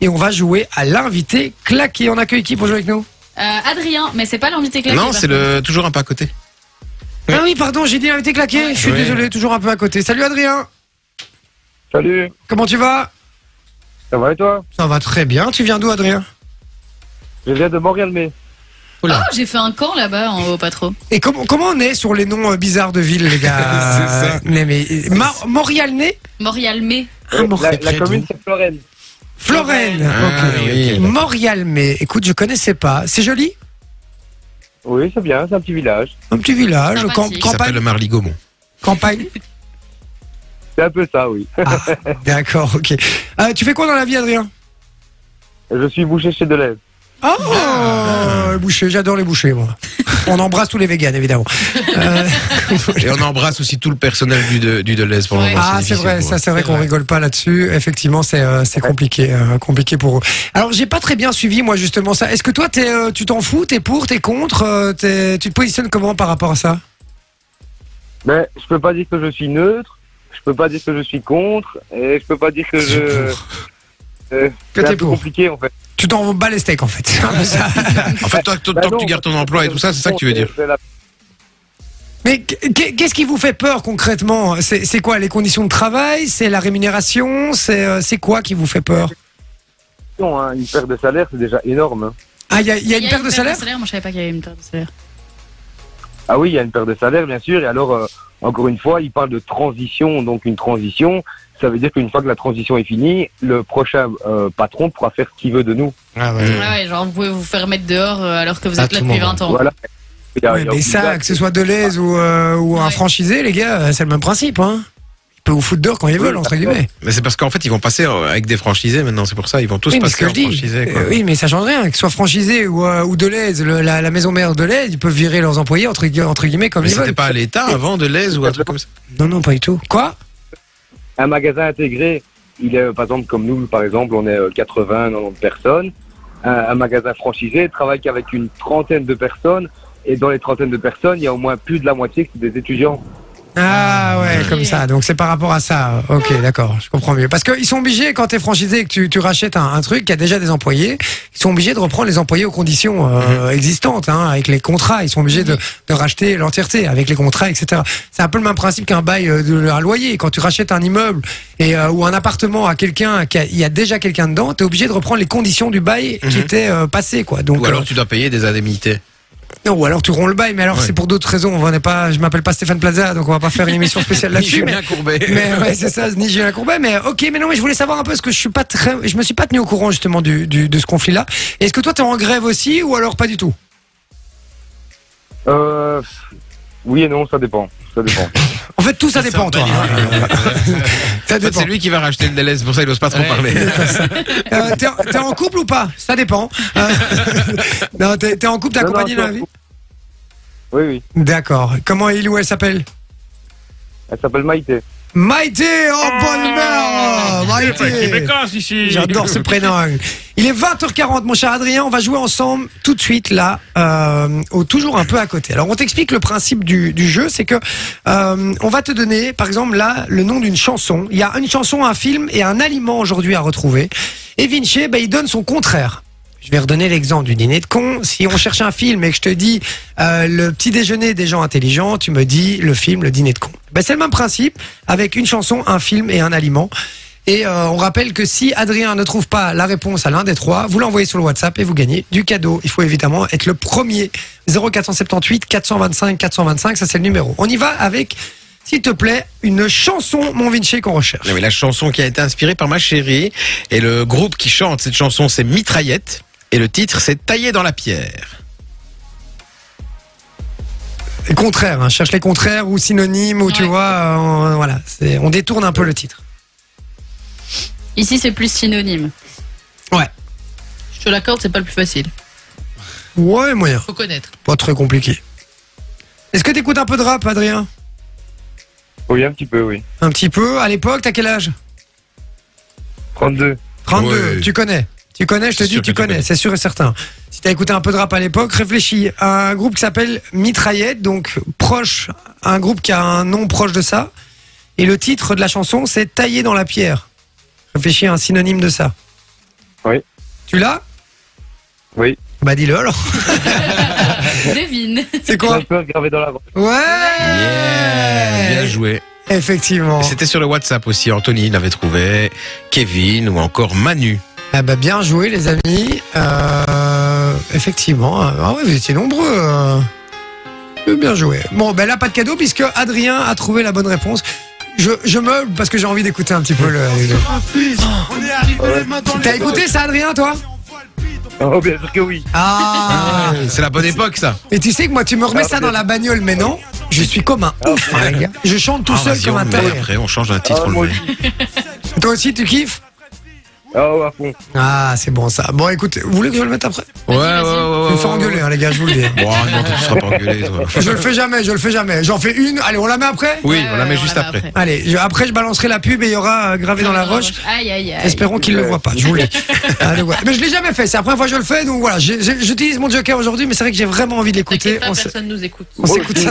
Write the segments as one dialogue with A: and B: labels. A: Et on va jouer à l'invité claqué. On accueille qui pour jouer avec nous
B: Euh, Adrien, mais c'est pas l'invité hein. claqué.
C: Non,
B: par
C: c'est le toujours un pas à côté. Oui.
A: Ah oui, pardon, j'ai dit l'invité claqué. Je suis
C: Oui.
A: désolé, toujours un peu à côté. Salut Adrien,
D: Salut,
A: comment tu vas
D: ça va et toi
A: Ça va très bien. Tu viens d'où Adrien
D: Je viens de Montréal-Mais.
B: contre. Oh, j'ai fait un camp là-bas en haut, pas trop.
A: Et comment comment on est sur les noms euh, bizarres de villes, les gars Euh,
C: C'est ça.
A: Mais, mais, Mar- Montréal-Né
B: Montréal-Mé.
A: Ah, Mor-
D: Euh, La,
C: c'est
D: la
C: près
D: commune,
C: d'où
D: c'est Florène.
A: Florène.
C: Ah,
A: Ok.
C: oui.
A: Montréal-Né. Écoute, je connaissais pas. C'est joli
D: Oui, c'est bien, c'est un petit village.
A: Un petit village,
B: Sympathique.
A: cam-
B: Il
C: Qui s'appelle
A: campagne.
C: le Marly Gaumont.
A: campagne.
D: C'est un peu ça, oui.
A: Ah, d'accord, ok. Euh, tu fais quoi dans la vie, Adrien
D: Je suis bouché chez Deleuze.
A: Oh, les bouchers, j'adore les bouchers, moi. On embrasse tous les véganes, évidemment. Euh,
C: Et on embrasse aussi tout le personnel du, de, du Deleuze pour le
B: Ouais.
C: moment.
A: Ah, c'est
C: difficile
A: vrai,
C: pour
A: ça
C: eux.
A: c'est vrai
B: C'est
A: qu'on
B: vrai.
A: rigole pas là-dessus. Effectivement, c'est euh, c'est compliqué, euh, compliqué pour eux. Alors, j'ai pas très bien suivi moi justement ça. Est-ce que toi, t'es, euh, tu t'en fous, t'es pour, t'es contre, euh, t'es- tu te positionnes comment par rapport à ça
D: Mais je peux pas dire que je suis neutre, je peux pas dire que je suis contre, et je peux pas dire que
A: Tu es
D: je.
A: pour.
D: euh,
A: Que
D: c'est
A: t'es
D: un peu
A: pour.
D: compliqué, en fait.
A: Tu t'en bats les steaks en fait. C'est un peu ça.
C: En fait, toi, tant
D: Bah
C: tant
D: non,
C: que tu gardes ton emploi et tout ça, c'est ça que tu veux dire.
D: C'est la-
A: Mais qu'est- qu'est-ce qui vous fait peur concrètement C'est c'est quoi les conditions de travail C'est la rémunération C'est euh, c'est quoi qui vous fait peur
D: hein, Une perte de salaire, c'est déjà énorme. hein.
A: Ah, il y a, il y a une perte de salaire
B: Moi, je savais pas qu'il y avait une perte de salaire.
D: Ah oui, il y a une perte de salaire, bien sûr. Et alors, euh, encore une fois, il parle de transition. Donc, une transition, ça veut dire qu'une fois que la transition est finie, le prochain euh, patron pourra faire ce qu'il veut de nous.
A: Ah
C: ouais.
B: Ouais, ouais, genre, vous pouvez vous faire mettre dehors euh, alors que vous
C: À
B: êtes là
C: tout hein.
B: depuis
C: moment.
B: 20 ans.
D: Voilà. Il y a-
A: Ouais,
D: il y a
A: mais
D: aucune
A: ça,
D: date.
A: que ce soit Deleuze ou, euh, ou un
B: Ouais.
A: franchisé, les gars, euh, c'est le même principe. Hein. Ils peuvent vous foutre dehors quand ils
D: Oui,
A: veulent, entre
D: d'accord.
A: guillemets.
C: Mais c'est parce qu'en fait, ils vont passer euh, avec des franchisés maintenant. C'est pour ça, ils vont tous
A: Oui, mais ce que
C: passer en
A: je dis,
C: franchisés. quoi.
A: euh, oui, mais ça change rien. Que ce soit franchisé ou, euh, ou Deleuze, le- la, la maison mère Deleuze, ils peuvent virer leurs employés, entre, gui- entre guillemets, comme
C: Mais
A: ils
C: c'était
A: veulent.
C: pas à l'État avant Deleuze ou un truc comme ça.
A: Non, non, pas du tout. Quoi
D: un magasin intégré, il est, euh, par exemple, comme nous, par exemple, on est euh, 80, 90 personnes. Un, un magasin franchisé travaille qu'avec une trentaine de personnes. Et dans les trentaines de personnes, il y a au moins plus de la moitié que c'est des étudiants.
A: Ah ouais,
B: oui.
A: comme ça. Donc c'est par rapport à ça. Ok, d'accord, je comprends mieux. Parce qu'ils sont obligés, quand t'es franchisé et que tu, tu rachètes un, un truc qui a déjà des employés, ils sont obligés de reprendre les employés aux conditions
C: Mhm.
A: euh, existantes, hein, avec les contrats. Ils sont obligés de, de racheter l'entièreté avec les contrats, etc. C'est un peu le même principe qu'un bail euh, de un loyer. Quand tu rachètes un immeuble et euh, ou un appartement à quelqu'un qui a, il y a déjà quelqu'un dedans, t'es obligé de reprendre les conditions du bail qui
C: Mhm.
A: étaient euh, passées, quoi. Donc
C: Ou alors tu dois payer des indemnités.
A: non, ou alors tu ronds le bail, mais alors
C: Ouais.
A: c'est pour d'autres raisons. On n'est pas, je m'appelle pas Stéphane Plaza, donc on va pas faire une émission spéciale
C: Là,
A: là-dessus.
C: je suis
A: mais-
C: bien courbé.
A: mais euh, ouais, c'est ça, ni Julien Courbet. Mais euh, ok, mais non, mais je voulais savoir un peu parce que je suis pas très, je me suis pas tenu au courant justement du, du- de ce conflit-là. Est-ce que toi t'es en grève aussi ou alors pas du tout
D: Euh, oui et non, ça dépend. Ça dépend.
A: En fait, tout ça
C: Ça
A: dépend,
C: va
A: toi.
C: aller.
A: hein. ça
C: En fait,
A: dépend.
C: c'est lui qui va racheter le Deleuze, c'est pour ça il n'ose pas trop parler.
A: Euh, t'es, en- t'es en couple ou pas Ça dépend. Euh, non, t'es, t'es en couple, t'as
D: Non, non,
A: accompagné
D: je
A: dans la
D: suis en
A: vie
D: couple. Oui, oui.
A: D'accord. Comment il ou elle s'appelle
D: Elle s'appelle Maïté.
A: Maïté, oh bonne mère Maïté Ah, J'adore ce prénom. Il est 20h40, mon cher Adrien. On va jouer ensemble tout de suite là, euh, au toujours un peu à côté. Alors, on t'explique le principe du, du jeu, c'est que euh, on va te donner, par exemple, là, le nom d'une chanson. Il y a une chanson, un film et un aliment aujourd'hui à retrouver. Et Vinci, ben, il donne son contraire. Je vais redonner l'exemple du dîner de con. Si on cherche un film et que je te dis euh, le petit déjeuner des gens intelligents, tu me dis le film, le dîner de con. Ben, c'est le même principe avec une chanson, un film et un aliment. Et euh, on rappelle que si Adrien ne trouve pas la réponse à l'un des trois, vous l'envoyez sur le WhatsApp et vous gagnez du cadeau. Il faut évidemment être le premier. 0478 425 425, ça c'est le numéro. On y va avec, s'il te plaît, une chanson, mon Vinci, qu'on recherche.
C: Non, mais la chanson qui a été inspirée par ma chérie et le groupe qui chante cette chanson c'est Mitraillette et le titre c'est Taillé dans la pierre.
A: Les contraires, hein, cherche les contraires ou synonymes, ou tu
B: Ouais.
A: vois, euh, on- voilà, c'est- on détourne un peu le titre.
B: Ici, c'est plus synonyme.
A: Ouais.
B: Je te l'accorde, c'est pas le plus facile.
A: Ouais, moyen,
B: Faut connaître.
A: pas très compliqué. Est-ce que t'écoutes un peu de rap, Adrien
D: Oui, un petit peu, oui.
A: Un petit peu. À l'époque, t'as quel âge
D: 32.
A: 32,
C: Ouais.
A: tu connais. Tu connais, je te
C: C'est
A: dis,
C: sûr
A: tu
C: que tu
A: connais,
C: connais.
A: c'est sûr et certain. Si t'as écouté un peu de rap à l'époque, réfléchis. Un groupe qui s'appelle Mitraillette, donc proche, un groupe qui a un nom proche de ça. Et le titre de la chanson, c'est Taillé dans la pierre. Réfléchis à un synonyme de ça.
D: Oui.
A: Tu l'as
D: Oui.
A: Bah dis-le alors.
B: Devine.
A: C'est quoi
D: Un peu gravé dans la roche.
A: Ouais
C: Yeah, Bien joué.
A: Effectivement.
C: Et C'était sur le WhatsApp aussi. Anthony l'avait trouvé, Kevin ou encore Manu.
A: Ah bah bien joué les amis. Euh, effectivement. Ah ouais, vous étiez nombreux. euh. Euh, Bien joué. Bon, ben là, pas de cadeau puisque Adrien a trouvé la bonne réponse. Je, je meuble parce que j'ai envie d'écouter un petit peu le. T'as écouté ça, Adrien, toi
D: Oh, bien sûr que oui.
A: Ah
C: C'est la bonne époque ça.
A: Et tu sais que moi, tu me remets
C: Ah,
A: ça dans la bagnole, mais non, je suis comme un ouf, hein, les gars. Je chante tout
C: Ah,
A: seul
C: vas-y,
A: comme
C: on
A: un
C: le met
A: taré.
C: Après, on change un titre.
D: Ah,
C: on le
D: moi
C: met.
D: aussi.
A: Toi aussi, tu kiffes
D: Ah, ouais, à fond.
A: Ah, c'est bon ça. Bon, écoutez, vous voulez que je le mette après
C: Ouais, ouais,
B: Vas-y, vas-y.
A: Je
C: ouais.
A: vais me faire
C: ouais,
A: engueuler, hein, les gars, je vous le dis.
C: ouais. Bon, non, tu seras pas engueulé. toi.
A: Je le fais jamais, je le fais jamais. J'en fais une. Allez, on la met après
C: Oui,
B: Ouais,
C: on la
B: ouais,
C: met juste
B: met
C: après.
A: Allez, je- après, je balancerai la pub et il y aura euh, gravé dans la roche.
B: Aïe, aïe, aïe.
A: Espérons qu'il ne le voit pas, je vous le dis. Allez, ouais. Mais je l'ai jamais fait, c'est la première fois que je le fais, donc voilà. j'ai- j'ai- J'utilise mon joker aujourd'hui, mais c'est vrai que j'ai vraiment envie de l'écouter.
B: T'inquiète pas,
A: On s'est-
B: personne nous écoute.
A: on s'écoute ça.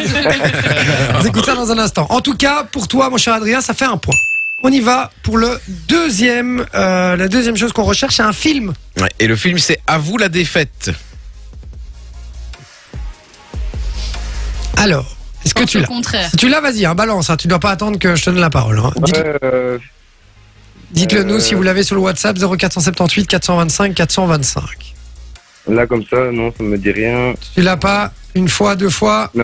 A: On s'écoute ça dans un instant. En tout cas, pour toi, mon cher Adrien, ça fait un point. On y va pour le deuxième. euh, la deuxième chose qu'on recherche, c'est un film.
C: Ouais, Et le film, c'est À vous la défaite.
A: Alors, est-ce que tu
B: Au
A: l'as
B: contraire.
A: Si tu l'as, vas-y, hein, balance. Hein, tu dois pas attendre que je te donne la parole.
B: Bah,
A: hein. Dites-
D: Euh,
A: Dites-le nous
D: euh,
A: si vous l'avez sur le WhatsApp 0478 425 425.
D: là, comme ça, non, ça me dit rien.
A: Tu l'as pas une fois, deux fois,
D: Non.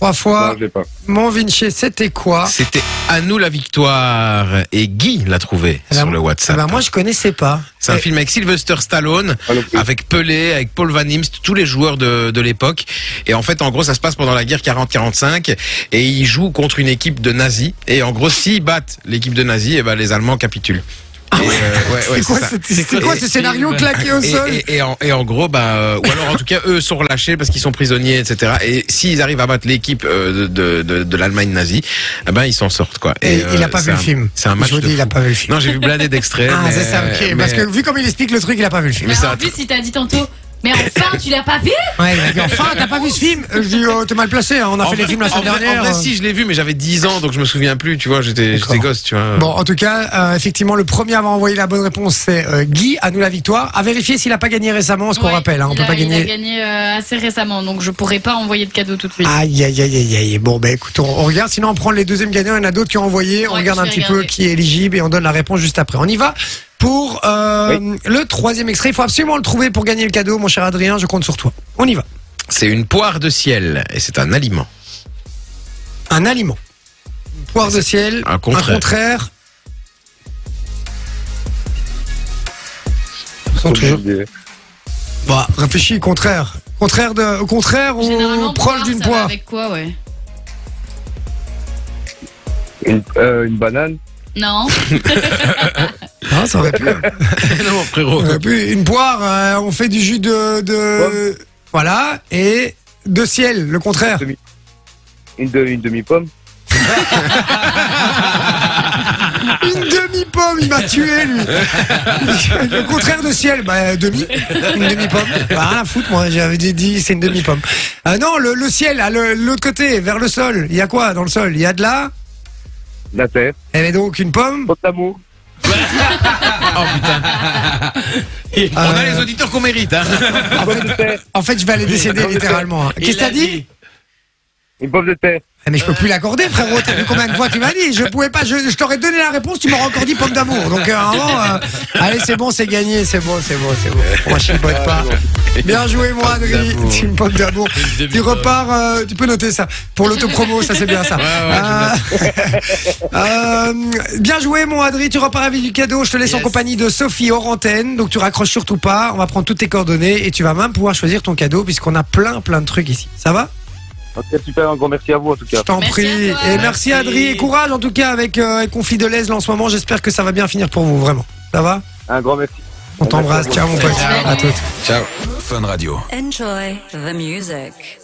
A: trois fois.
D: Non, je l'ai pas.
A: Mon Vinci, c'était quoi
C: C'était À nous la victoire. Et Guy l'a trouvé
A: Eh ben,
C: sur le
A: Eh
C: WhatsApp.
A: ben, Moi, je connaissais pas.
C: C'est un
A: Eh,
C: film avec Sylvester Stallone,
D: Ah, non plus.
C: avec Pelé, avec Paul Van Imst, tous les joueurs de, de l'époque. Et en fait, en gros, ça se passe pendant la guerre 40-45 et ils jouent contre une équipe de nazis. Et en gros, s'ils battent l'équipe de nazis, et ben, les Allemands capitulent. Et, euh, ouais, ouais,
A: Ah C'est quoi,
C: ça.
A: ce- c'est quoi ce
C: Et-
A: scénario claqué au sol
C: et, et, et en, et en gros, bah, euh, ou alors en tout cas, eux sont relâchés parce qu'ils sont prisonniers, etc. Et s'ils arrivent à battre l'équipe euh, de, de, de l'Allemagne nazie, eh ben ils s'en sortent quoi.
A: Et il
C: euh,
A: a pas
C: c'est
A: vu le
C: un-
A: film.
C: C'est un match
A: Je vous
C: de
A: dis, il a
C: fou.
A: pas vu le film.
C: Non, j'ai vu blindé d'extraits.
A: Ah,
C: mais-
A: c'est ça, ok.
C: mais-
A: Parce que vu comme il explique le truc, il a pas vu le film.
C: Mais
B: Mais
C: ça-
B: en plus, il t'a dit tantôt, mais enfin, tu l'as pas vu
A: Ouais, il m'a dit, enfin, t'as pas vu ce film Euh, Je dis, oh, t'es mal placé, hein, on a
C: En
A: fait les
C: vrai-
A: films la
C: en
A: semaine
C: vrai-
A: dernière.
C: En vrai, si, je l'ai vu, mais j'avais 10 ans, donc je me souviens plus, tu vois, j'étais
A: D'accord.
C: j'étais gosse, tu vois.
A: Bon, en tout cas, euh, effectivement, le premier à avoir envoyé la bonne réponse, c'est euh, Guy, à nous la victoire. À vérifier s'il a pas gagné récemment, ce qu'on
B: Ouais,
A: rappelle, hein, on
B: il
A: peut
B: a-
A: pas
B: Il a
A: gagner.
B: gagné euh, assez récemment, donc je pourrais pas envoyer de cadeau tout de suite.
A: Aïe, aïe, aïe, aïe, aïe. Bon, ben écoute, on, on regarde, sinon on prend les deuxièmes gagnants, il y en a d'autres qui ont envoyé, on
B: Ouais,
A: regarde
B: je
A: un
B: vais
A: petit peu
B: regarder.
A: qui est éligible et on donne la réponse juste après. On y va pour euh, le troisième extrait. Il faut absolument le trouver pour gagner le cadeau, mon cher Adrien, je compte sur toi. On y va.
C: C'est une poire de ciel, et c'est un aliment.
A: Un aliment. Une Poire de ciel,
C: un contraire.
A: un contraire. Ils sont toujours-
D: Obligé.
A: Bah, réfléchis, contraire. Contraire de, au contraire, on
B: Généralement,
A: proche
B: poire,
A: d'une
B: ça va
A: poire.
B: Avec quoi, ouais
D: Une, euh, une banane
B: Non.
A: Hein, ça aurait pu.
C: non, frérot.
A: Ça aurait pu. Une poire, euh, on fait du jus de, de- voilà, et de ciel, le contraire.
D: Une, de- une demi-pomme
A: Une demi-pomme, il m'a tué, lui. Le contraire de ciel, bah, demi. Une demi-pomme. Bah, rien à foutre, moi, j'avais dit, dit, c'est une demi-pomme. Ah non, le, le ciel, à le- l'autre côté, vers le sol. Il y a quoi dans le sol Il y a de là.
D: La terre
A: Elle est donc une pomme.
D: Pot d'amour
C: On a
A: Euh,
C: les auditeurs qu'on mérite, hein.
A: En fait, en fait, je vais aller décéder littéralement. hein. Qu'est-ce que t'as dit
D: Une pomme de terre
A: Ah, Mais je peux plus l'accorder, frérot. T'as vu combien de fois tu m'as dit Je pouvais pas. Je, je t'aurais donné la réponse, tu m'aurais encore dit pomme d'amour. Donc, euh, vraiment, euh, allez, c'est bon, c'est gagné, c'est bon, c'est bon, c'est bon. Moi, je chipote pas. Bien joué, moi, Adri.
C: d'amour.
A: Tu me pomme d'amour. Tu repars. euh, tu peux noter ça pour l'autopromo. Ça, c'est bien ça. Ah. Euh, euh, bien joué, mon Adri. Tu repars avec du cadeau. Je te laisse en
E: Yes.
A: compagnie de Sophie Orantène. Donc, tu raccroches surtout pas. On va prendre toutes tes coordonnées et tu vas même pouvoir choisir ton cadeau puisqu'on a plein, plein de trucs ici. Ça va
D: Ok, super, un grand merci à vous en tout cas.
A: je t'en
B: Merci
A: prie.
B: à toi.
A: Et merci,
E: Merci.
A: Adri. Et courage en tout cas avec euh, avec Conflit de l'Aise là, en ce moment. J'espère que ça va bien finir pour vous, vraiment. Ça va
D: Un grand merci.
A: On t'embrasse. Ciao mon pote.
B: Salut.
A: À toutes.
C: Ciao.
F: Enjoy the music.